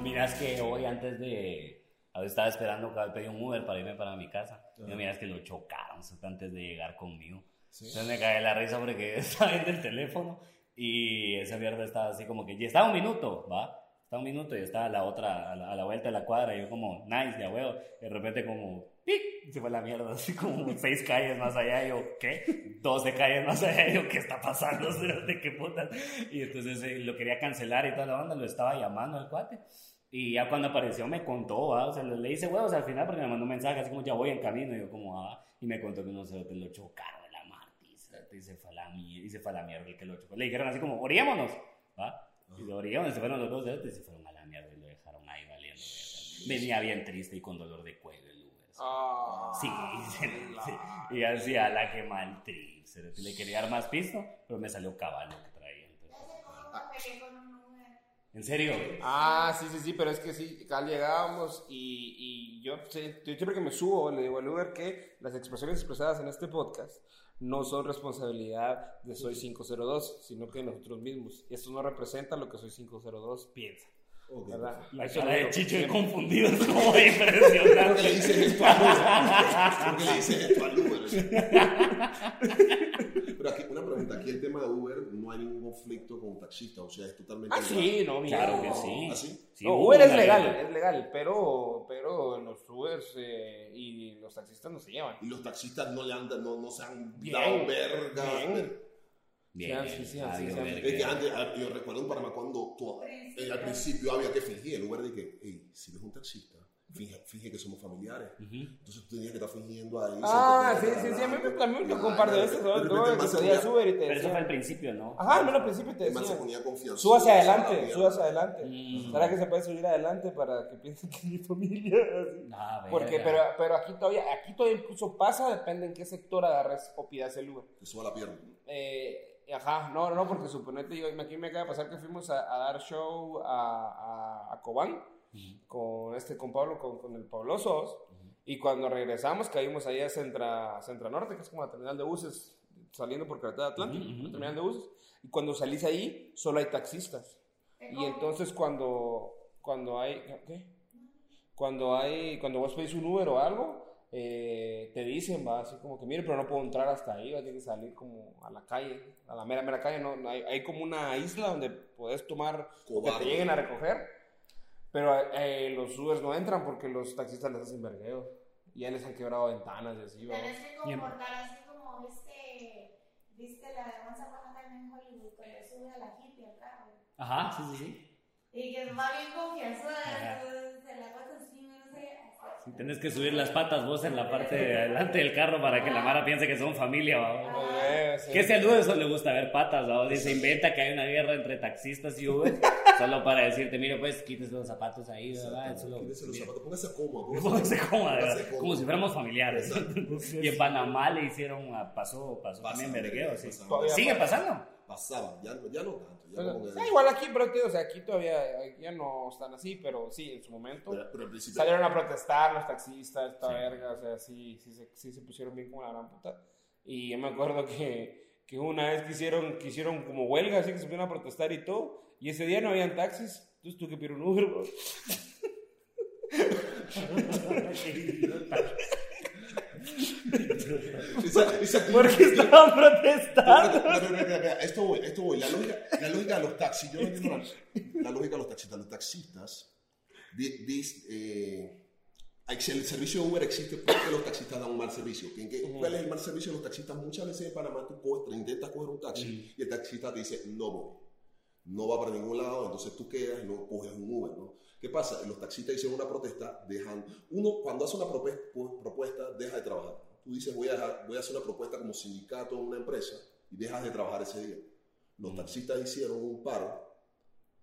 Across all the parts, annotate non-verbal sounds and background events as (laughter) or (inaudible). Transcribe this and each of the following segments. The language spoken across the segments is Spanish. miras que hoy antes de. a ver, Estaba esperando, acá, pedí un Uber para irme para mi casa. Y no miras que lo chocaron o sea, antes de llegar conmigo. Entonces me caí la risa porque (laughs) estaba viendo el teléfono y esa mierda estaba así como que. Y estaba un minuto, ¿va? Estaba un minuto y estaba a la otra, a la, a la vuelta de la cuadra. Y yo como, nice, ya huevo. De repente, como, ¡pic! Se fue la mierda, (laughs) así como seis calles más allá. Y yo, ¿qué? 12 calles más allá. Y yo, ¿qué está pasando? (laughs) ¿De qué putas? Y entonces eh, lo quería cancelar y toda la onda. Lo estaba llamando al cuate. Y ya cuando apareció me contó, ¿va? o sea, le le hice huevos al final porque me mandó un mensaje, así como ya voy en camino, y yo como, ah, y me contó que unos cerotes lo chocaron, la martiza, y se fue a la mierda, y se fue a la mierda el que lo chocó. Le dijeron así como, orémonos, ¿va? Y se orían, se fueron los dos cerotes y se fueron a la mierda y lo dejaron ahí valiendo. verga. Venía bien triste y con dolor de cuello el Uber. Ah, Sí, sí, sí. y así a la que mal trip, cerote. le quería dar más pisto, pero me salió caballo que traía. entonces. ¿En serio? Ah, sí, sí, sí, pero es que sí, acá llegábamos y, y yo, sí, yo siempre que me subo le digo al Uber que las expresiones expresadas en este podcast no son responsabilidad de Soy 502, sino que de nosotros mismos. Y esto no representa lo que Soy 502 piensa. Ok. ¿verdad? La Eso cara le de digo Chicho es siempre. confundido (laughs) es como Creo que le impresionante. dicen esto al Uber. Creo que le dicen esto al Uber. Pero aquí, una pregunta, aquí el tema de Uber no hay ningún conflicto con un taxista, o sea, es totalmente... Ah, sí, no, mira. (laughs) Claro que no. sí. ¿Ah, sí? Sí, no, hubo Uber es una legal, guerra. es legal, pero, pero los Ubers eh, y los taxistas no se llevan. Y los taxistas no le andan, no, no se han Bien, dado verga. bien. Bien, Sí, sí, sí, ah, sí, Dios, sí. verga. Es que antes, a- yo recuerdo en Panamá cuando to- eh, al principio había que fingir, en lugar de que, hey, si eres un taxista, finge, finge que somos familiares. Ujú. Entonces tú tenías que estar fingiendo ahí. Ah, sí, sentado, sí, sí, a mí me hablando. planeó un par de De veces, sobre repente todo el man que se subías ponía- Uber y te Pero eso fue al decían. principio, ¿no? Ajá, al menos al principio te el man se decían. ponía confianza. Subas adelante, subas adelante. Mm. ¿Será que se puede subir adelante para que piensen que es mi familia? (laughs) Así. Ah, verga. Porque, pero, pero aquí todavía, aquí todavía incluso pasa, depende en qué sector agarres o pidas el Uber. Te suba la pierna. Eh, ajá, no, no, porque suponete, yo, aquí me acaba de pasar que fuimos a, a dar show a, a, a Cobán Ujú. con este, con Pablo, con, con el Pablo Sos, y cuando regresamos caímos ahí a Centra, Centra Norte, que es como la terminal de buses, saliendo por carretera Atlántica, Ujú, ujú, la terminal de buses, y cuando salís ahí, solo hay taxistas. Y entonces cuando, cuando hay, ¿qué? Cuando hay, cuando vos pedís un Uber o algo, eh, te dicen, va, así como que, mire, pero no puedo entrar hasta ahí, va, tiene que salir como a la calle, a la mera, mera calle, ¿no? Hay, hay como una isla donde podés tomar, que Cobarde. te lleguen a recoger, pero eh, los Ubers no entran porque los taxistas les hacen vergueo. Y ya les han quebrado ventanas y así, va. Tenés que comportar así como este. ¿Viste la de Once Upon a Time en Hollywood? Cuando sube a la hippie al carro. Ajá, sí, sí, sí. Y que va bien Ajá. confianzuda, entonces se la pasa encima, no sé. así. Sí, Tenés que subir las patas vos en la parte de adelante del carro para que la Mara piense que son familia, ¿va? Eh, sí. Que si al Uber eso le gusta ver patas, ¿va? Dice, inventa que hay una guerra entre taxistas y Uber, (laughs) solo para decirte, mire, pues, quítese los zapatos ahí, ¿verdad? Solo- Quítese los mire. (laughs) zapatos, póngase cómodo. Póngase cómoda, ¿verdad? póngase cómodo. como si fuéramos familiares. Y en Panamá le hicieron, a- pasó, pasó Pasa, también vergueo, sí. pasa. Todavía Sigue (laughs) pasando. Pasaba, ya, no- ya no tanto. Ya no Pero, con o el- sea, igual aquí, pero tío, o sea, aquí todavía eh, ya no están así, pero sí, en su momento. pero, pero al principio. (laughs) Salieron a protestar los taxistas, esta Sí. verga, o sea, sí, sí, se, sí se pusieron bien como la gran puta. Y yo me acuerdo que, que una vez que hicieron, que hicieron como huelga, así que se pusieron a protestar y todo, y ese día no habían taxis, entonces tuve que pedir un Uber, bro. Esa- esa- Porque estaban Espera, protestando. espera, espera, espera, espera, Esto voy, esto voy. La lógica, la lógica de los taxis, yo no entiendo la, la lógica de los taxistas. Los taxistas, di- dis- eh, el servicio de Uber existe porque los taxistas dan un mal servicio. ¿En qué- ¿Cuál es el mal servicio de los taxistas? Muchas veces en Panamá tú coges, intentas coger un taxi y el taxista te dice, no voy. No va para ningún lado, entonces tú quedas y no coges un Uber, ¿no? ¿Qué pasa? Los taxistas hicieron una protesta, dejan... Uno, cuando hace una prope- pues, propuesta, deja de trabajar. Tú dices, voy a, dejar- voy a hacer una propuesta como sindicato en una empresa y dejas de trabajar ese día. Los taxistas hicieron un paro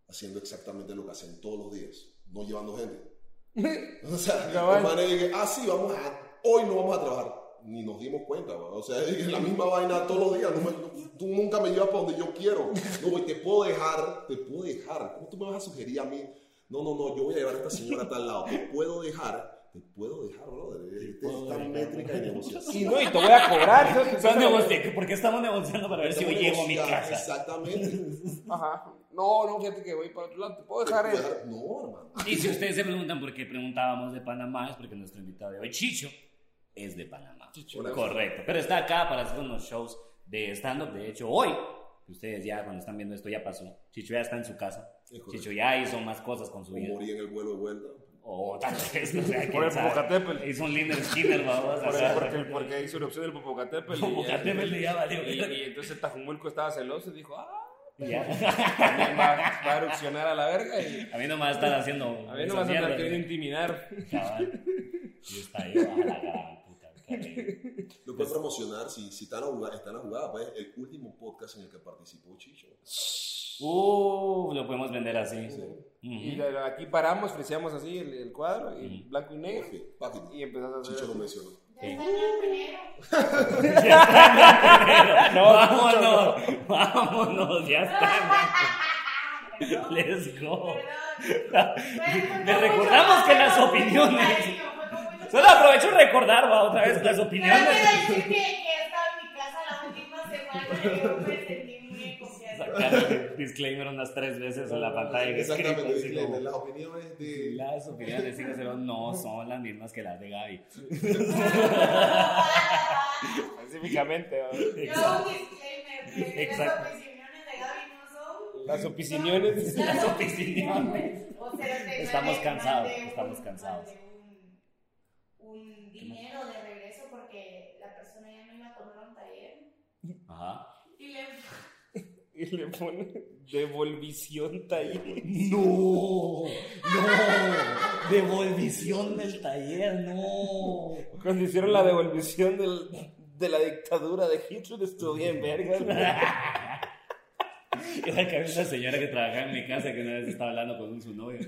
haciendo exactamente lo que hacen todos los días, no llevando gente. O sea, Cabal. los manes dije, ah, sí, vamos a, hoy no vamos a trabajar. Ni nos dimos cuenta, bro. o sea, (laughs) es la misma vaina todos los días. No me- no- tú nunca me llevas para donde yo quiero. No, güey, te puedo dejar, te puedo dejar. ¿Cómo tú me vas a sugerir a mí? No, no, no, yo voy a llevar a esta señora a tal lado. Te puedo dejar, te puedo dejar, brother. Esta es esta métrica de negociación. (laughs) Y no, y te voy a cobrar. ¿no? Son negocio- ¿Por qué estamos negociando para ver si yo llego a mi (laughs) Negociar, casa? Exactamente. Ajá. No, no, fíjate que voy para otro lado. ¿Te puedo dejar Te el- puedo dejar- No, hermano. Y si ustedes se preguntan por qué preguntábamos de Panamá, es porque nuestro invitado de hoy, Chicho, es de Panamá. Chicho. Correcto. Pero está acá para hacer unos shows de stand-up. De hecho, hoy, que ustedes ya cuando están viendo esto ya pasó. Chicho ya está en su casa. Es correcto. Chicho ya hizo más cosas con su O vida. morí en el vuelo de vuelta. O tal vez, no sé, quién Por el sabe. Popocatépetl. Hizo un Linder Skinner, babos. Por (laughs) el- porque, porque hizo una opción del Popocatépetl. y- Popocatépetl ya valió. Y, y entonces Tajumulco estaba celoso y dijo, ah, Ya. también va, va a erupcionar a la verga y A mí no me va a estar haciendo. a ver esa no vas a andar mierda, queriendo ¿no? intimidar. Cabal. Y está ahí, baja la gran puta. qué horrible. Lo puedes promocionar si, si están a jugar, están a jugar, pues el último podcast en el que participó Chicho. Uh, lo podemos vender así. Sí. Y Ujú. de- de aquí paramos, freseamos así el, el cuadro, y Mm. blanco y negro, Porque, papi, y empezás a hacer... Chicho lo así. mencionó. Sí. Ya está blanco (laughs) y negro. No, vámonos, vámonos, ya está. (laughs) Perdón. Let's go. Perdón. Fue- fue (laughs) Le con recordamos mucho que las cariño, opiniones- fue con mucho Solo aprovecho de recordar va, otra vez las Pero voy a opiniones. decir que, que he estado en mi casa la última semana y yo me sentí muy en confianza. Sacar el disclaimer unas tres veces en la pantalla. que Exactamente, escrito, así disclaimer, como, las opiniones de. Las opiniones de 5 no son las mismas que las de Gaby. Específicamente, ¿no? Yo hago (laughs) un disclaimer, que Exacto. las opiniones de Gaby (laughs) no son Las opiniones. Las opiniones. O sea, te Estamos vale cansados, más de un- estamos más cansados. de un- Un dinero de regreso porque la persona ya no iba a tomar un taller Ajá. y le Y le pone devolvición taller. No, no, devolvición del taller, no. Cuando hicieron la devolvición del- de la dictadura de Hitler, estudié en verga. Era que había una señora que trabajaba en mi casa que una vez estaba hablando con un- su novio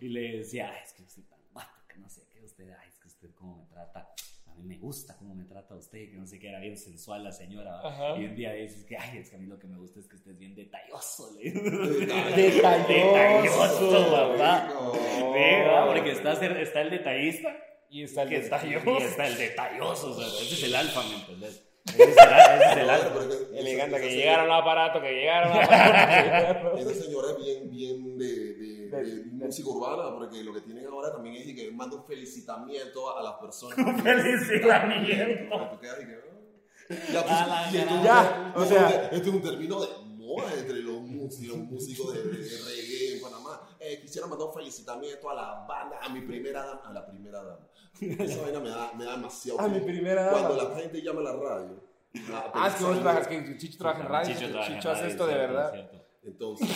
y le decía, "Ay, es que usted tan guapo, que no sé qué, usted, ay, es que usted cómo me trata, a mí me gusta cómo me trata usted, que no sé qué, era bien sensual la señora. ¿va? Ajá. Y un día dice, es que, ay, es que a mí lo que me gusta es que usted es bien detalloso, le dice. (laughs) Detalloso. Detalloso, papá. No. Sí, ¿va? Porque está, ser- está el detallista Y está el que está, y detalloso. está el detalloso, o sea, ese es el alfa, ¿me entendés? Ese es el, al- ese es el Claro, alfa. porque Elegante, esa- que esa llegaron los aparatos, que llegaron (laughs) los aparatos. señora- Esa señora es bien, bien de, de, De- de de- música urbana, porque lo que tienen ahora también es que mando felicitamiento a las (laughs) personas. Felicitamiento. Y tú quedas y que, ah. Ya, pues, A la y esto es un- Ya, o esto es un- sea. Esto es un término de moda entre los músicos, los músicos de, de- de reggae en Panamá. Eh, quisiera mandar un felicitamiento a la banda, a mi primera dama. A la primera dama. (laughs) Esa vaina me da, me da demasiado. A mi cringe. primera dama. Cuando la gente llama a la radio. a Ah, es que vos felicitarme, trabajas, que Chicho trabaja en radio. Chicho, trabaja en hace radio, esto de cierto, verdad. cierto. Entonces,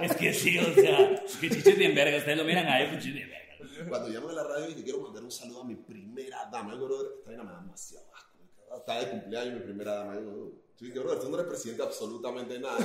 Es que sí, o sea, es que Chicho es bien verga, ustedes lo miran a él, Chicho es bien verga. cuando llaman a la radio y que quiero mandar un saludo a mi primera dama, yo, brother, esta vaina me da demasiado asco. me cago. Está de cumpleaños mi primera dama. Yo, digo, yo dije, brother, tú no representas absolutamente nada.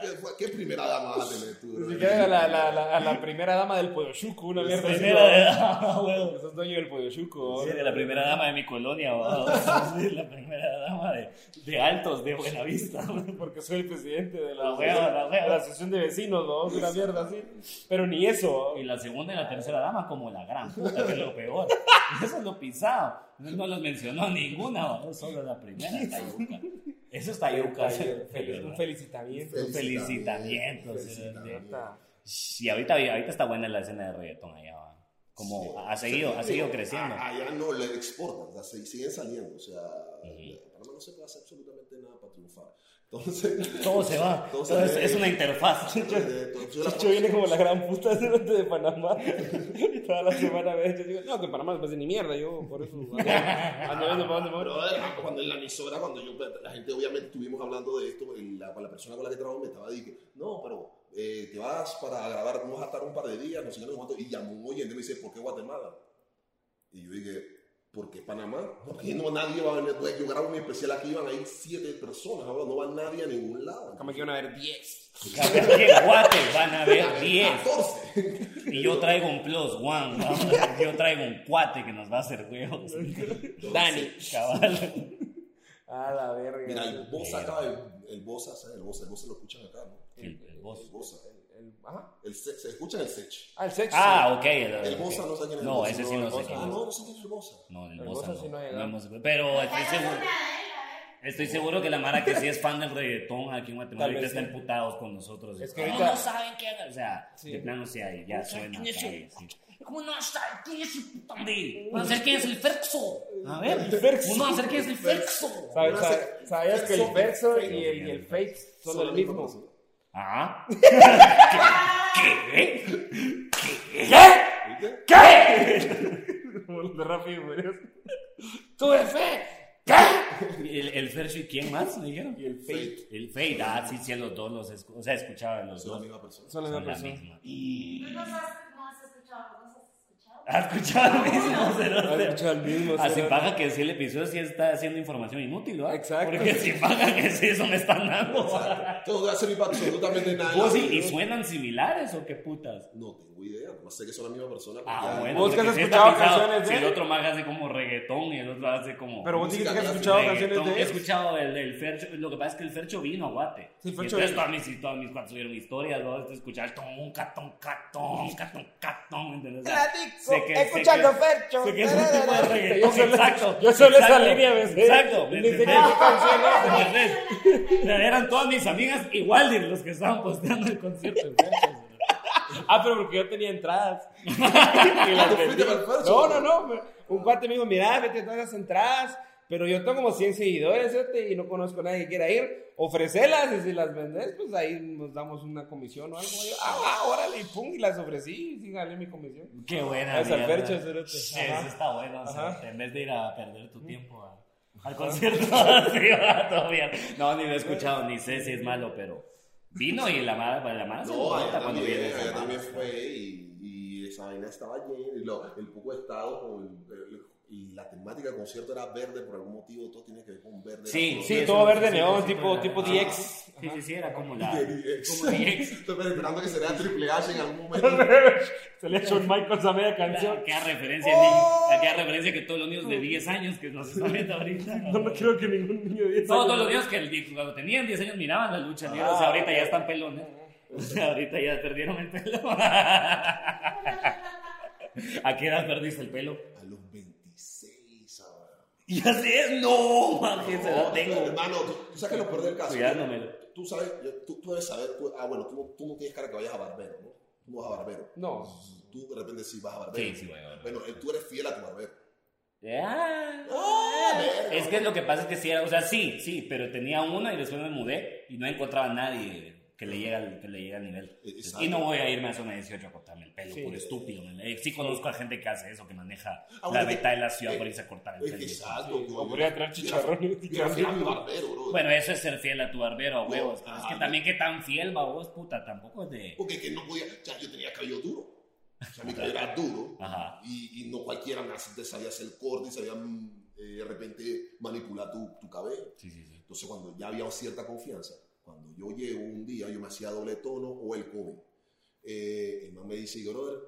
¿Qué- ¿Qué primera dama vas a tener tú? Ni brother? siquiera a la, la, la, a la primera dama del Poyoshuco, una mierda. así, Primera ¿no? (laughs) Ah, dama, huevo. Sos dueño del Poyoshuco. Sí, de la primera dama de mi colonia, o (laughs) la primera dama de, de altos, de buena (laughs) vista. Porque soy el presidente de la, La hueva, la hueva. de la asociación de vecinos, ¿no? Una mierda así. Pero ni eso. Y la segunda y la tercera dama como la gran puta, que es lo peor. Eso es lo pisado. No los mencionó ninguna, ¿no? solo la primera, Tayuca. Eso es Tayuca. Fel- un felicitamiento. Fel- felicitamiento, felicitamiento. Neta. Sí, ahorita, ahorita está buena la escena de reggaetón allá, ¿va? Como Sí. ha seguido, ha seguido creciendo. Ah, Allá no le exportan, o sea, sig- siguen saliendo. O sea, Ujú. Panamá no se puede hacer absolutamente nada para triunfar. Entonces, Todo se va. Todo se Todo es, ve. es una interfaz. (laughs) yo Chicho viene como la gran puta delante de Panamá. (laughs) Y toda la semana ve, yo digo, no, que Panamá no pasa ni mierda. Yo por eso ando ando viendo para dónde me voy. Brother, cuando en la emisora, cuando yo, pues, la gente obviamente estuvimos hablando de esto, en la, con la persona con la que trabajo me estaba diciendo, no, pero eh, te vas para grabar, vamos a estar un par de días, no sé qué, no sé cuánto, y llamó un oyente y me dice, ¿por qué Guatemala? Y yo dije, ¿por qué Panamá? Porque no nadie va a venir, pues, yo grabo mi especial aquí, van a ir siete personas, ahora no va nadie a ningún lado. Acá me quieren ver 10. Cabrón, en Guate van a ver 10. 14. Y yo traigo un plus one. vamos. Yo traigo un cuate que nos va a hacer (laughs) huevos. Dani, cabal. A la verga. Mira, el Bosa acá, el, el Bosa, ¿sabes? El Bosa, el Bosa lo escuchan acá, ¿no? El- el Bosa. El Bosa. El- el- ajá. El se, se escucha el Sech. Ah, el sexo. Ah, ok. El Bosa no sé quién es el No, Bosa, ese sí no el sé Bosa. quién Ah, es. no, no sé quién es el Bosa. No, el El Bosa Bosa sí no. no ha No llegado. hemos- Pero estoy Hagamos seguro. una de él, a ver. Estoy seguro que la Mara que sí es fan del reggaetón (laughs) aquí en Guatemala Tal ahorita vez está sí. emputados con nosotros. Es que ¿Cómo ahorita- no saben quién es? O sea, Sí. de plano sí hay, ya ¿Cómo saben suena. quién es cae, el- sí. ¿Cómo no saben quién es el puto hombre? ¿Van a saber quién es el Ferxo? A ver, El Ferxo. ¿cómo no van a saber quién es el Ferxo? ¿Sabes, Ahora sabes- se- sabías que el son- verso son- y el, y el fake son Son el la misma mismo? (laughs) persona. ¿Ah? (laughs) ¿Viste? De Rápido y Furioso. ¡Tuve fe! ¿Qué? ¿El, el Ferxo y quién más me dijeron? Y el fake Fake. El Fade, ah, sí, sí, a los dos los escu- O sea, escuchaba a los Son la dos. misma persona. son la Son misma la persona. misma. Y- No nos has, no has escuchado, no nos has escuchado. ¿Has escuchado el Ah, (laughs) mismo? Has cerote? escuchado el mismo. Así cerote. paga que si el episodio sí está haciendo información inútil, ¿verdad? Exacto. Porque si (laughs) paga que sí, eso me están dando. ¿va? Todo hace mi absolutamente nada. Vos sí, ¿Y suenan similares o qué putas? No tengo idea, no sé que son la misma persona. porque Ah, ya- bueno. ¿Vos que has porque sí está escuchado pisado. canciones de Si el él? otro más hace como reggaetón y el otro hace como... Pero vos dijiste que has Música escuchado reggaetón. canciones de He él. escuchado el del Fercho. Lo que pasa es que el Fercho vino a Guate. Sí, el Y Fercho entonces vino. todas mis, todas mis cuantas subieron historias, ¿no? Entonces escuchar el tonca, tonca, tonca, tonca, tonca, ¿entendés? O sea, sé que- sé que- Fercho. sé que es un tipo de reggaetón, (laughs) Yo solo- exacto. yo solo esa exacto, línea me sé. Exacto. ¿me Ni sé qué entendés? canción ¿Me entendés? O sea, Eran todas mis amigas igual de los que estaban posteando el concierto. del Fercho, ¿no? Ah, pero porque yo tenía entradas. (laughs) Y las ¿Te vendí. fuiste para el falso? No, no, no. me- Un cuate me dijo, mira, vete todas las entradas. Pero yo tengo como 100 seguidores ¿cierto? y no conozco a nadie que quiera ir. Ofrecelas y si las vendes, pues ahí nos damos una comisión o algo. Y yo, ah, órale, y pum, y las ofrecí y sí gané mi comisión. (laughs) Qué buena. Es al mierda. Fercho, cerote. Sí, Ajá. Eso está bueno. o sea, Ajá. en vez de ir a perder tu tiempo a- al concierto, (laughs) sí, va, todo bien. No, ni lo he escuchado, ni sé si es malo, pero vino y la mala, la mala se No, nota allá cuando viene. también, esa allá mala. también fue y, y esa vaina estaba llena. Y lo- el poco de estado con el- el- y la temática del concierto era verde, por algún motivo todo tiene que ver con verde. Sí, Era sí, Sí, eso (laughs) todo lo- verde sí, neón, sí, sí, tipo- fue- tipo ajá. 10. Sí, sí, sí, era como la. Como DX. Como (laughs) DX. Estoy esperando que sería Triple H en algún (laughs) momento. Se le echó un Michael a media canción. Aquella referencia, ni- aquella referencia que todos los niños de 10 años que nos están viendo ahorita. No me creo que ningún niño de 10 No, todos años- los niños que el- cuando tenían 10 años miraban la lucha libre. O sea, ahorita ya están (laughs) pelones. O sea, ahorita ya perdieron el pelo. (laughs) ¿A qué edad perdiste el pelo? A los 26 ahora. Y así es, no, man, que se la No, tengo. Hermano, tú- tú sabes que lo peor del caso. Cuidándomelo. Tú sabes, yo- tú, tú debes saber. tú- ah, bueno, tú, tú no tienes cara que vayas a barbero, ¿no? Tú no vas a barbero. No. Tú de repente sí vas a barbero. Sí, sí, voy a barbero. Bueno, eh, tú eres fiel a tu barbero. Ah. Es que lo que pasa es que sí era, o sea, sí, sí, pero tenía una y después me mudé y no encontraba a nadie que le llegue al, que le llegue al nivel. Exacto. Y no voy a irme a zona 18 a cortarme el pelo Sí. por estúpido. man. Eh, Sí conozco a gente que hace eso, que maneja Ah, la bueno, mitad de la ciudad eh, para irse a cortar el Es pelo. que exacto. Sí, tú, o yo- podría traer yo- chicharrón y yo- yo chicharrón. fui a mi barbero, bro. Bueno, eso es ser fiel a tu barbero, a huevos. No, pero es ah, que no. también qué tan fiel va vos, puta, tampoco es de... Porque es que no podía, o sea, yo tenía cabello duro. O sea, mi cabello era duro. Ajá. Y, y no cualquiera nace- te sabía hacer corte y sabía mm, eh, de repente manipular tu, tu cabello. Sí, sí, sí. Entonces, cuando ya había cierta confianza, cuando yo llego un día, yo me hacía doble tono o el COVID. Eh, el man me dice, brother,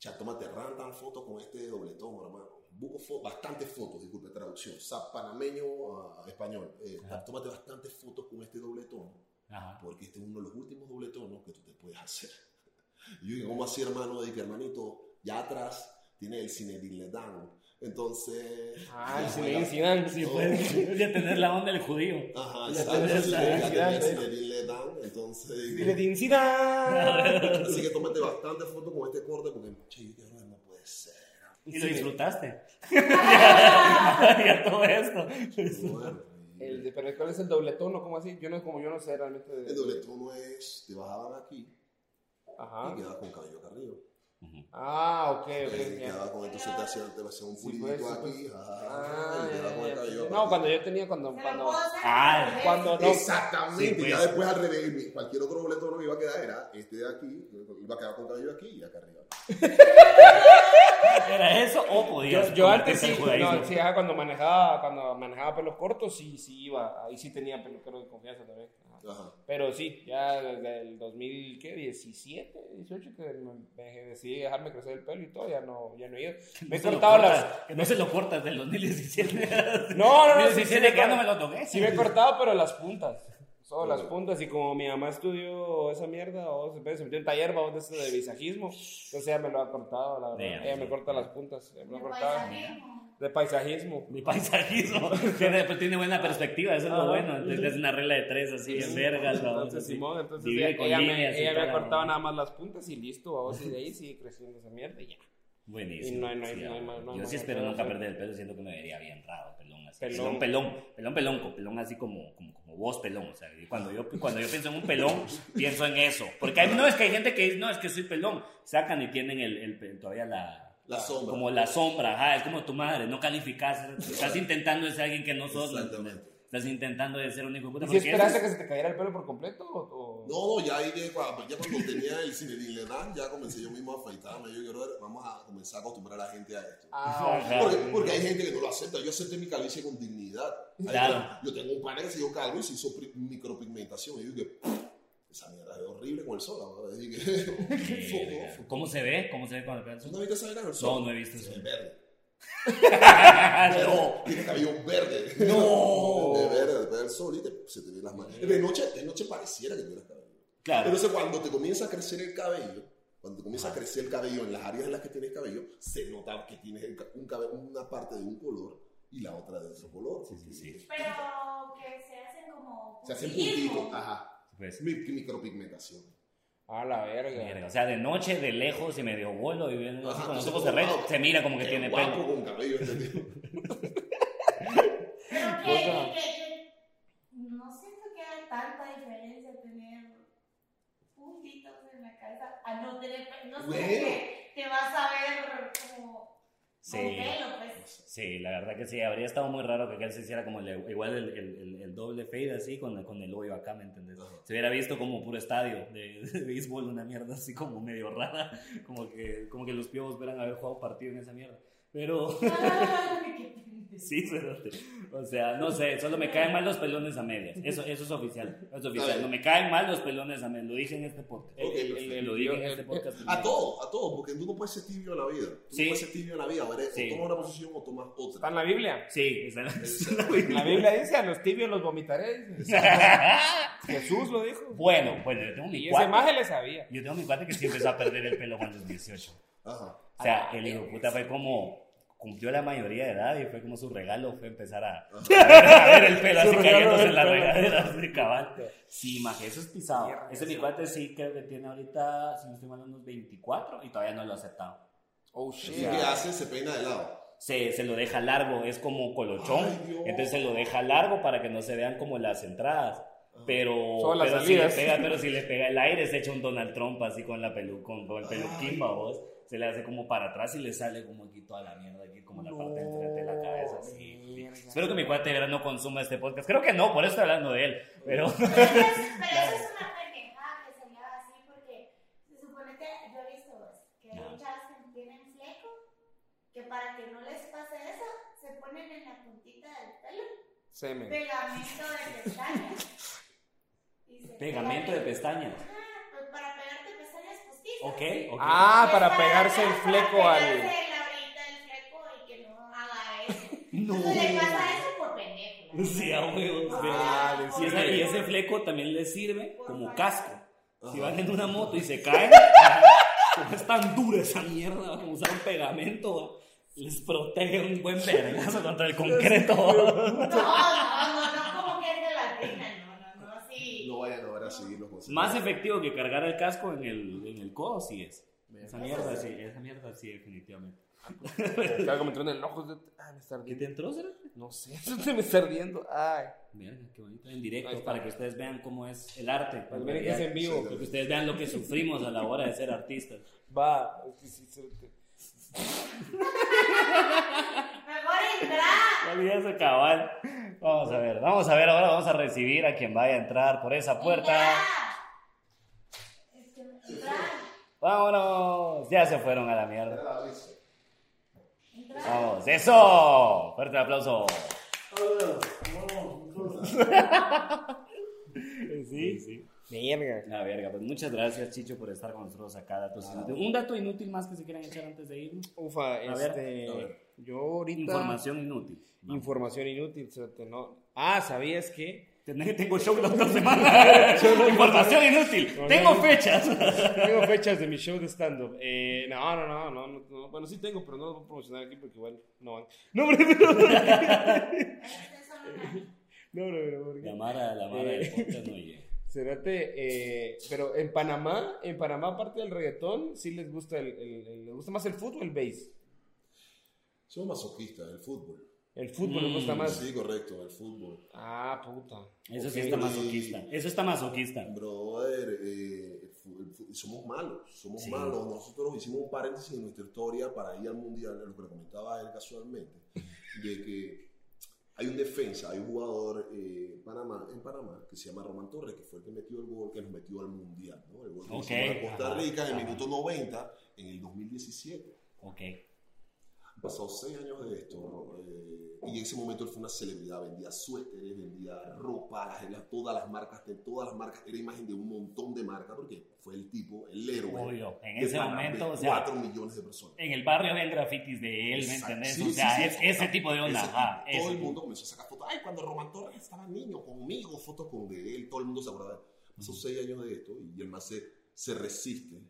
ya tómate rantan fotos con este doble tono, hermano. Busco fo- bastantes fotos, disculpe, traducción, o sea, panameño a, a español. Eh, Ajá. tómate bastantes fotos con este doble tono Ajá. porque este es uno de los últimos dobletonos que tú te puedes hacer. (laughs) Y yo dije, ¿cómo así, hermano? Dije, hermanito, ya atrás tiene el Zinedine Ledán. Entonces... (laughs) Ah, ya el fue la- Zinedine Zidane. Sí, pues, (laughs) ya tener la onda del judío. Ajá, Ya exacto, tenés sí, la- ya tenía el Zidane, Zinedine Ledán, entonces... (laughs) Zinedine Zidane. (laughs) Así que tómate bastante foto con este corte porque, che, yo dije, "Brother, no puede ser. (laughs) Y lo Sí. (laughs) disfrutaste. (laughs) ya, ya todo esto. Bueno, y El de- pero ¿cuál es el dobletono? ¿Cómo así? Yo no, como yo no sé realmente. de- el dobletono es, te bajaban aquí y Ajá. quedabas con cabello acá arriba. Ah, ok, Y ok. te ya. quedabas con, entonces te hacían, te hacían un Sí, pues, pulidito sí, pues. aquí, ajá, Ah, y te quedabas ya, con el ya, cabello ya. acá No, cuando yo tenía, cuando, Se lo cuando, puedo hacer. Ah, cuando no. Exactamente, Sí, pues. ya después al revés, mi- cualquier otro boleto no me iba a quedar, era este de aquí, iba a quedar con cabello aquí y acá arriba. ¿Era eso o podías? Yo, yo antes convertirte sí, al judaísmo? no, sí, ajá, cuando manejaba, cuando manejaba pelos cortos, sí, sí iba, ahí sí tenía peluquero de confianza también. Ajá. Ajá. Pero sí, ya desde el 2017, 18, que me, me decidí dejarme crecer el pelo y todo, ya no, ya no (laughs) he ido. Me he se lo cortado cortas, (laughs) las... Que no se lo cortas del 2017. (laughs) No, no, no, sí, sí, 2017 me que ya no corto. me lo toqué. Sí me he cortado, pero las puntas. todas las puntas. Y como mi mamá estudió esa mierda, o se me se metió en taller, vamos, de esto de visajismo, entonces ella me lo ha cortado, la verdad. Damn, ella me sí. corta las puntas, ella me lo ha El cortado. paisajismo. De paisajismo. Mi paisajismo. (laughs) tiene, pues, tiene buena perspectiva, eso es lo Ajá. bueno. Entonces es una regla de tres así, bien verga. Entonces, Simón, entonces ella, ella me, ella me ha cortado nada más las puntas y listo, vamos, y de ahí sigue creciendo esa mierda y ya. Buenísimo. Y no hay- no hay- sí, no hay ah, más- no hay yo más sí espero nada que nunca hacer. perder el pelo, siento que me vería bien raro, pelón así. Pelón. Pelón, pelón, pelón, pelón, con pelón así como, como, como vos, pelón. O sea, y cuando yo, cuando yo pienso en un pelón, (laughs) pienso en eso. Porque hay- no es que hay gente que dice, no, es que soy pelón. Sacan y tienen el, el pe- todavía la... La sombra. Como la sombra, ajá, es como tu madre, no calificas, estás intentando de ser alguien que no sos. Exactamente. Estás intentando de ser un hijo de puta. ¿Y si porque eso esperaste es- que se te cayera el pelo por completo? O, o- No, no, ya llegué, cua- ya cuando tenía el cinelinenal, ya comencé yo mismo a afeitarme. Yo quiero ver, vamos a comenzar a acostumbrar a la gente a esto. Ah, Ajá. Porque, porque hay gente que no lo acepta. Yo acepté mi calvicie con dignidad. Hay Claro. otra- Yo tengo un panel que se dio calvo y se hizo pri- micropigmentación. Y yo dije, esa mierda es horrible con el sol. ¿no? Y dije, (laughs) Verga. "Fu- fu- fu-". ¿Cómo se ve? ¿Cómo se ve cuando el ¿Tú pelo? no viste esa mierda con el sol? no he visto eso. Es verde. Pero tiene cabello verde. (laughs) No. De verde, después del sol y te- se te ven las manos. De noche, de noche pareciera que tuvieras cabello. (laughs) Claro. Entonces, cuando te comienza a crecer el cabello, cuando te comienza a crecer el cabello en las áreas en las que tienes cabello, se nota que tienes el ca- un cabe- una parte de un color y la otra de otro color. Sí, sí, sí. Pero que se hacen como. Se hacen puntillismo. puntitos. Ajá. Pues, Mi- micropigmentación. a la verga. Verga, O sea, de noche, de lejos y medio vuelo y viendo así Ajá, con los entonces, ojos cerrados, wow, se mira como que qué tiene guapo pelo. con cabello este tipo. (laughs) Pero que, Otra. que- que- no siento que haya tanta diferencia tener puntitos en la cabeza a no tener. No sé Bueno. que te vas a ver como. Con Sí, pelo, pues. (laughs) (laughs) sí, la verdad que sí, habría estado muy raro que él se hiciera como el, igual el, el- el- el doble fade así con, con el hoyo acá, ¿me entendés? Ajá. Se hubiera visto como puro estadio de, (laughs) de béisbol, una mierda así como medio rara, como que, como que los piojos hubieran haber jugado partido en esa mierda. Pero (laughs) Ay, qué pendejo. sí, cerote. o sea, no sé, solo me caen mal los pelones a medias. Eso, eso es oficial, eso es A ver. oficial. No me caen mal los pelones a medias, lo dije en este podcast. El- el- el- el- lo dije en el- este podcast. A todo, a todo, porque tú no puedes ser tibio en la vida. Tú Sí. no puedes ser tibio en la vida. ¿verdad? O Sí. tomas una posición o tomas ¿Está (laughs) otra. en la Biblia? Sí, (laughs) está en (laughs) la- La Biblia dice, a los tibios los vomitaré. dice. Jesús lo dijo. Bueno, bueno, yo tengo mi Y esa cuate. imagen le sabía. Yo tengo mi cuate que sí empezó a perder el pelo cuando los 18. Ajá. O sea, Ah, el hijo de puta fue como. Cumplió la mayoría de edad y fue como su regalo fue empezar a, a ver el pelo Su así regalo cayéndose del en la pelo. regadera, así cabal. Sí, maje, eso es pisado. Mierda, Ese mi cuate sí creo que tiene ahorita, si no estoy mal, unos 24 y todavía no lo ha aceptado. Oh, ¿Y shit. qué hace? Se peina de lado. Se, se lo deja largo, es como colochón. Ay, Dios. entonces se lo deja largo para que no se vean como las entradas. Pero, Solo las pero, si le salidas. pega, pero si le pega el aire, se echa un Donald Trump así con, la pelu, con, con el peluquín, vos. Se le hace como para atrás y le sale como aquí toda la mierda, aquí como la parte de enfrente de la cabeza. así. Mierda. Espero que mi cuate de verdad no consuma este podcast. Creo que no, por eso estoy hablando de él. Pero Pero eso es- pero eso es una pendejada que se llama así porque se supone que yo he visto pues, que hay Ajá. muchas que tienen fleco, que para que no les pase eso, se ponen en la puntita del pelo Semen. pegamento de pestañas. Y se pegamento de pegan. pestañas. Ajá, pues para pegarte pestañas postizas. Ok, (laughs) ok. Ah, Pues, para pegarse el fleco para al... pegarse la orillita del fleco y que no haga eso. No. Entonces le pasa eso por pendejo. la Sí, a huevos, sí. verdad. Ah, le Y ese, sirve. y ese fleco también le sirve como casco. Si Ajá. van en una moto y se (laughs) caen, como es tan dura esa mierda, va, como usar un pegamento, va, les protege un buen vergazo contra el concreto. va. No, no, no, no, como que es de la pena, no, no, no, sí. No vayan ahora a seguir los consejos. (laughs) Más efectivo que cargar el casco en el, en el codo, sí es. Esa mierda sí, esa mierda sí, definitivamente. Estaba como entrando en el ojo. Ah, me está ¿Qué ardiendo. te entró, será? No sé, (laughs) me está ardiendo. Ay. Verga, qué bonito. En Ahí directo, está. para que ustedes vean cómo es el arte. en Pues miren que realidad. es en vivo. Para que ustedes vean lo que sufrimos a la hora de ser artistas. Va. Sí, sí, sí. Mejor entrar. La vida es cabal. Vamos a ver, vamos a ver ahora, vamos a recibir a quien vaya a entrar por esa puerta. Entrar. Es que entrar. Vámonos, ya se fueron a la mierda. Entrar. Vamos, eso. Fuerte el aplauso. (laughs) Sí, sí. Verga. La verga, pues muchas gracias Chicho por estar con nosotros acá. Datos inútiles. Un dato inútil más que se quieran echar antes de irnos. Ufa, ver, este. a ver. Yo ahorita. Información inútil. Información inútil. cerote, no. Ah, ¿sabías que Tenés- Tengo show las dos semanas. Información inútil. No, Tengo no, no. fechas. Tengo fechas de mi show de stand-up. Eh, no, no, no, no, no, no. Bueno, sí tengo, pero no lo voy a promocionar aquí porque igual no van. (laughs) No, hombre, pero. No, hombre, pero. ¿por qué? Ustedes son una- La mara, la mara del podcast no llega. Cerate, eh, pero en Panamá, en Panamá, aparte del reggaetón, sí les gusta el, el- el- les gusta más el fútbol, el base. Somos masoquistas, el fútbol. El fútbol les gusta más. Sí, correcto, el fútbol. Ah, puta. Eso sí Ok. está masoquista. Eso está masoquista. Brother, eh, el fu- el fu- somos malos, somos Sí. malos. Nosotros hicimos un paréntesis en nuestra historia para ir al mundial, lo que le comentaba a él (laughs) casualmente, de que hay un defensa, hay un jugador eh, Panamá, en Panamá que se llama Román Torres, que fue el que metió el gol, que nos metió al mundial, ¿no? El gol que Ok. hicimos a Costa Ajá, Rica en el ajá. minuto 90 en el 2017. Ok. Han pasado seis años de esto, ¿no? Eh, y en ese momento él fue una celebridad, vendía suéteres, vendía ropa, las- las- todas las marcas, de todas las marcas, era imagen de un montón de marcas, porque fue el tipo, el héroe. Obvio. En de ese Panamá, momento, de o sea, cuatro millones de personas. en el barrio ven grafitis de él, ¿me Exacto. entendés? Sí, o sí, sea, sí, es, exacto. ese tipo de onda. Ese Ajá, tipo. todo ese el tipo. mundo comenzó a sacar fotos. Ay, cuando Román Torres estaba niño, conmigo, fotos con de él, todo el mundo se acordaba. Pasó seis años de esto y el más se, se resiste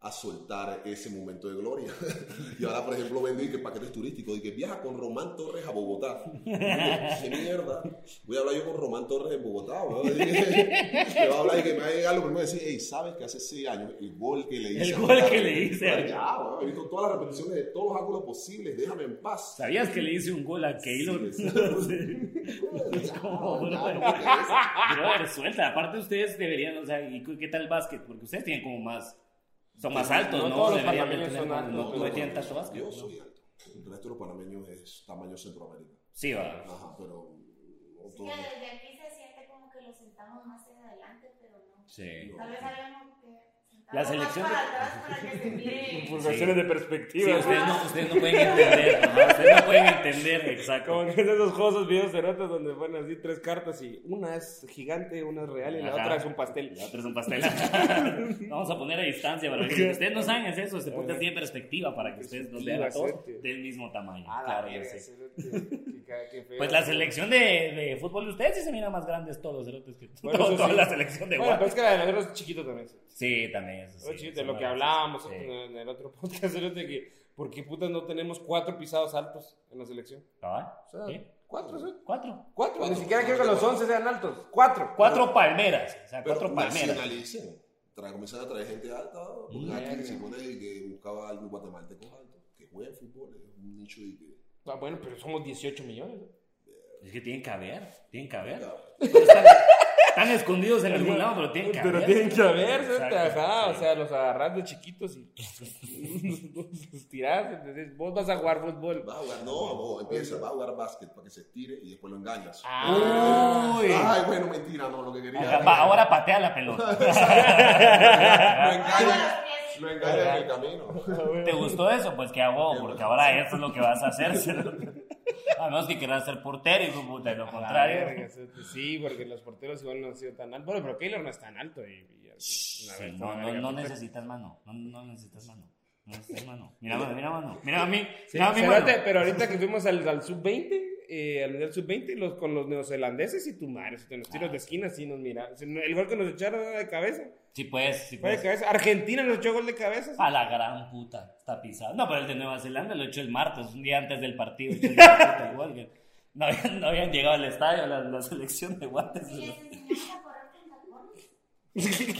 a soltar ese momento de gloria. (laughs) y ahora, por ejemplo, vendo y que paquetes turísticos y que viaja con Román Torres a (laughs) Bogotá. Y yo, ¿Qué mierda? Voy a hablar yo con Román Torres en Bogotá. ¿no? (laughs) Y- Le va a hablar y que me va a llegar lo primero y decir, hey, ¿sabes que hace seis años el gol que le hice? El a gol Bogotá, que le hice a- Ya, weón, he visto todas las repeticiones de todos los ángulos posibles, déjame en paz. ¿Sabías que le hice un gol a Keylor? (laughs) Sí, ¿Cómo, Ya, bro? no, porque es- Brother, suelta. Aparte, ustedes deberían, o sea, ¿y qué tal el básquet? Porque ustedes tienen como más. Son más altos, No ¿no? todos los Deberían de panameños tener son como- altos, No, pero no tienen tanto yo- básquet. Yo ¿no? soy alto. El resto de los panameños es tamaño Centroamérica. Sí, va. Ajá, pero. no Sí, todos- que desde aquí se siente como que lo sentamos más hacia adelante, pero no. Sí. Tal vez habíamos que sentarnos La selección más de- para atrás para que (laughs) se mire. Por Sí. cuestiones Pues, de Sí, perspectiva. ustedes no, ustedes no pueden entender, ajá, ustedes no pueden entender, Como exacto. en esos juegos, esos videos cerotes donde ponen así tres cartas y una es gigante, una es real y la Ajá. otra es un pastel. La otra es un pastel. (laughs) Vamos a poner a distancia para que ustedes no saben es eso, este podcast tiene perspectiva para que ustedes nos vean a todos del mismo tamaño. Ah, la Claro, ya verga, sé. cerote, qué ca- (laughs) qué feo. Pues la selección de, de fútbol de ustedes sí se mira más grandes todos los cerotes que (laughs) Bueno, toda, eso toda sí. la selección de Bueno, pero Guatemala. es que la de nosotros es chiquito también. cerote. Sí, también eso. Oye, Sí, de son lo que varios. hablábamos eh. Sí. en en el otro (laughs) podcast, era de que, ¿por qué putas no tenemos cuatro pisados altos en la selección? ¿Ah? O sea, Sí. cuatro, ¿sí? Cuatro. Cuatro, ni Cuatro. siquiera quiero que los once sean altos. Cuatro. Cuatro palmeras. O sea, Pero cuatro palmeras. nacionalicen. Tra comenzar a traer gente alta. Porque Mm. aquí se pone de que buscaba algo guatemalteco alto. Que juegue fútbol, es un nicho de ¿Eh? que. Ah, bueno, pero somos 18 millones. ¿no? Es que tienen que haber. Tienen que haber. Venga, Pero están, están escondidos en algún lado, pero tienen que haber. Pero tienen que haber, ¿sí? Exacto, ajá, o sí. sea, los agarras de chiquitos y (laughs) los tirás. Entonces, vos vas a jugar fútbol. Vas a jugar, no, vos empieza, vas a jugar básquet para que se estire y después lo engañas. Ah. Uy. Ay, bueno, mentira, no, lo que quería. Ajá, va, ahora patea la pelota. lo Ah, engañas, los pies. lo engañas en el camino. ¿Te gustó eso? Pues que hago, porque ahora eso es lo que vas a hacer. (laughs) ¿sí? A menos que quieras ser portero y como de lo A la contrario. verga, sí, Sí, porque los porteros igual no han sido tan altos. Bueno, pero Keylor no es tan alto. Y, y- Sí, la verdad, no, la no, verga, no portero. necesitas mano. No, no necesitas mano. No necesitas mano. Mira mano, mira mano. Mira a mí. Sí, Mira a mí, mano. espérate, pero ahorita que fuimos al, al sub-20, eh, al mundial sub-20, los, con los neozelandeses y tu madre, en los Ah. tiros de esquina, sí nos miraron. Sí, no, El gol que nos echaron era de cabeza. Sí, pues, sí, Ah. Fue de pues. cabeza. Argentina nos echó gol de cabeza. sí. A la gran puta. Está pisado. No, pero el de Nueva Zelanda lo echó el martes, un día antes del partido. echó el (laughs) de la puta igual que- No habían, no habían llegado al estadio la, la selección de guantes. Si les enseñamos (laughs) a correr con tacones, (laughs)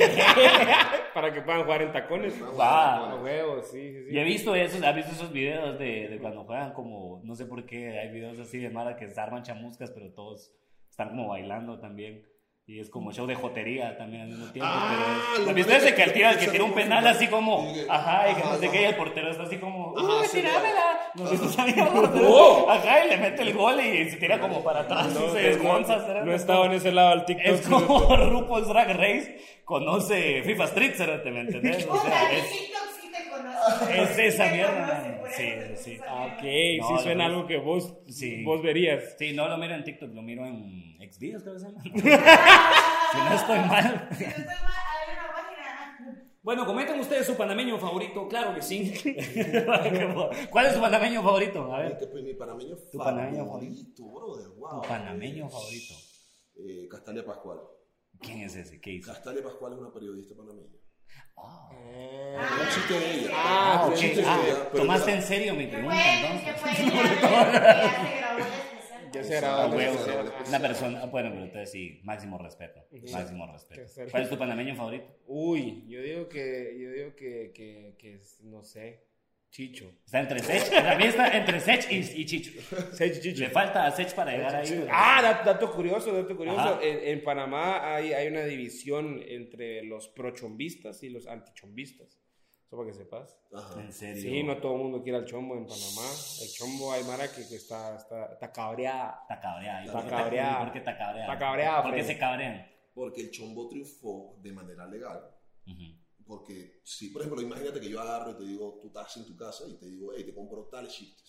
Para que puedan jugar en tacones. Va. A huevo, sí, sí, sí. Y he visto esos, ¿has visto esos videos de, de cuando juegan como, no sé por qué, hay videos así de Mara que se arman chamuscas, pero todos están como bailando también. Y es como show de jotería también al mismo tiempo. Ah, pero es- lo ¿Has visto ese que el tira, el que que tira un sale penal como- así como, Sí, que- ajá, y que no ajá, sé ajá. qué, y el portero está así como, Ajá, ¡ah, sí, tirámela! No sé, está bien, ¡Oh! Ajá, y le mete el gol y se tira como para (laughs) atrás No, y se no, desgonza. no, ¿será? no he estado en ese lado del TikTok. Es sí, como (laughs) RuPaul's Drag Race conoce FIFA Street, ¿será? ¿me entendés? O puta, sea, mi es... TikTok sí te conoce. Es esa Te mierda, conoce, man. por Sí, eso te sí. gusta Ah, que- Ok, No, sí lo suena que- algo que vos, Sí. vos verías. Sí, no lo miro en TikTok, lo miro en Xvideos, creo que se (laughs) llama. si no estoy mal. Si no estoy mal, hay una (laughs) página. Bueno, comenten ustedes su panameño favorito, claro que sí. (laughs) ¿Cuál es su panameño favorito? A ver. Este, pues, mi panameño Tu tu panameño favorito, brother. Wow. Tu panameño favorito. eh, Castalia Pascual. ¿Quién es ese? ¿Qué hizo? Castalia Pascual es una periodista panameña. Ah, No existe ella. Ah, No ok. existe Ah, ella, pero ¿Tomaste era- en serio mi Que pregunta pueden- que entonces? pueden ir a ver, (laughs) que Ya ya se grabó el especial. Sí, se Ah, grabó. a huevo. sí, sí, sí. Una persona, ah, bueno, pero entonces sí, máximo respeto. Sí. Máximo Qué respeto. serio. ¿Cuál es tu panameño favorito? Uy, yo digo que, yo digo que, que, que es, no sé, Chicho. Está entre Sech, (laughs) para mí está entre Sech y, y Chicho. (laughs) Sech Chicho. Le falta a Sech para llegar ahí. ¿verdad? Ah, dat- dato curioso, dato curioso. Ajá. En, en Panamá hay, hay una división entre los prochombistas y los antichombistas. Eso para que sepas. Ajá. En serio. Sí, no todo el mundo quiere al chombo en Panamá. El chombo hay mara que, que está, está, está cabreada. Está cabreada. ¿y Está por qué te- cabreada. y ¿Por qué está cabreada? Está cabreada, pues. ¿Por qué Freddy. se cabrean? Porque el chombo triunfó de manera legal. Ujú. Porque si, por ejemplo, imagínate que yo agarro y te digo, tú estás en tu casa y te digo, hey, te compro tales chistes,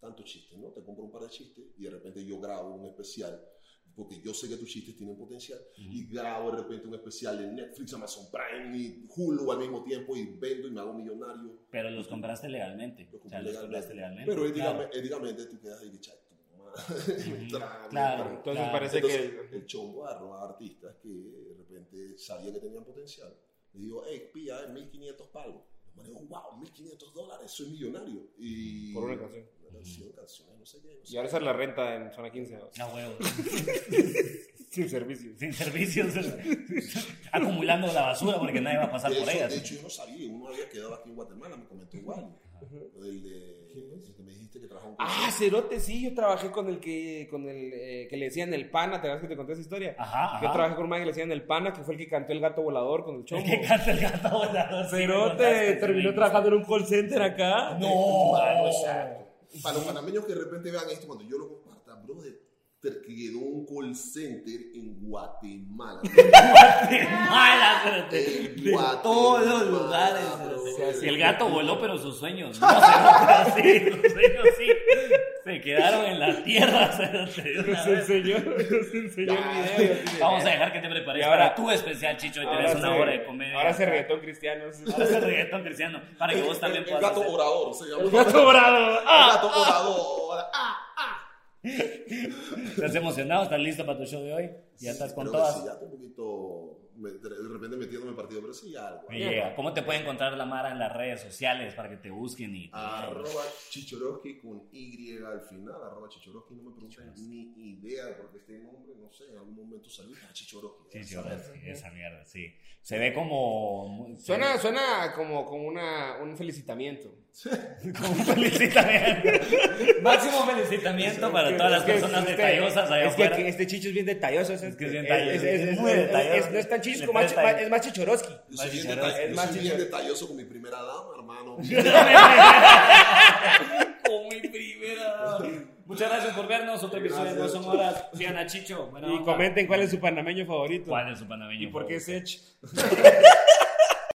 tantos chistes, ¿no? Te compro un par de chistes y de repente yo grabo un especial, porque yo sé que tus chistes tienen potencial, y grabo de repente un especial en Netflix, Amazon Prime y Hulu al mismo tiempo y vendo y me hago millonario. Pero los compraste legalmente. Lo O compré sea, los legalmente. compraste legalmente. Pero claro. éticamente, éticamente tú quedas ahí que "Chay, (laughs) tu madre, me trago". Claro. Entonces Claro. parece Entonces, que... el chombo agarró a artistas que de repente sabía que tenían potencial. Le digo, hey, pilla, 1500 palos. Los manes, wow, 1500 dólares, soy millonario. Y Por una canción. Una canción, canciones, no sé qué. No sé Y ahora esa es la renta en zona 15. ¿no? No, huevo. (laughs) Sin servicios. Sin servicios. (laughs) acumulando la basura porque nadie va a pasar qué. por De, ella. hecho, de hecho, yo no sabía, uno había quedado aquí en Guatemala, me comentó Wally. Lo del de, el que me dijiste que trabajó un Ah, Cerote, sí, yo trabajé con el que, con el, eh, que le decían el pana, ¿te acuerdas que te conté esa historia? Ajá, ajá. Yo trabajé con un man que le decían el pana, que fue el que cantó el gato volador con el chombo. El que canta el gato volador. sí, me Cerote, contaste, terminó sí. trabajando en un call center acá. No. Mano, exacto. Para los panameños que de repente vean esto, cuando yo lo comparta, brother, te quedó un call center en (laughs) Guatemala. Mala, pero te- En de Guatemala, todos los lugares. bro. o sea, si el gato voló, pero sus sueños no. (laughs) Sí, sus sueños sí. Se quedaron en la tierra. se- se- Nos enseñó, nos enseñó el video. y así de- Vamos a dejar que te prepares Y para ahora- tu especial, Chicho, y te Ahora des una se- hora de comedia. Ahora se reggaetón cristiano. sí. Ahora se reggaetón cristiano. Para que vos El, también el puedas. gato hacer- orador se llama. El gato bravo. El (laughs) ¡Ah! gato orador. Ah, ¿Estás emocionado? ¿Estás listo para tu show de hoy? ¿Ya estás con creo que todas? sí, ya estoy un poquito. me- de de repente metiéndome partido, pero sí, algo. Yeah. ¿Cómo te puede encontrar la Mara en las redes sociales para que te busquen y Arroba Chichoroski con Y al final. Arroba Chichoroski, no me pregunten ni idea de por qué este nombre, no sé, en algún momento salió. Ah, Chichoroski. Sí, sí, ahora sí, esa mierda, sí. Se ve como. se Suena, suena como, como una, un felicitamiento. ve Como un (laughs) felicitamiento. Máximo felicitamiento para todas las Es que personas este- detallosas allá Es que afuera. aquí este chicho es bien detalloso. Es, que es bien es- es- detalloso, es- muy es- detalloso. es- no es tan chicho, Le como más- presta- es más chichoroski. Yo soy, bien, Chichorowski. detall- Es yo más soy bien Chichorowski. detalloso con mi primera dama, hermano. (laughs) Como mi primera. Muchas gracias por vernos. Otro episodio de No Son Horas. Sigan a Chicho. buena Y onda. comenten cuál es su panameño favorito. cuál es su panameño. ¿Y por qué favorito? es Edge?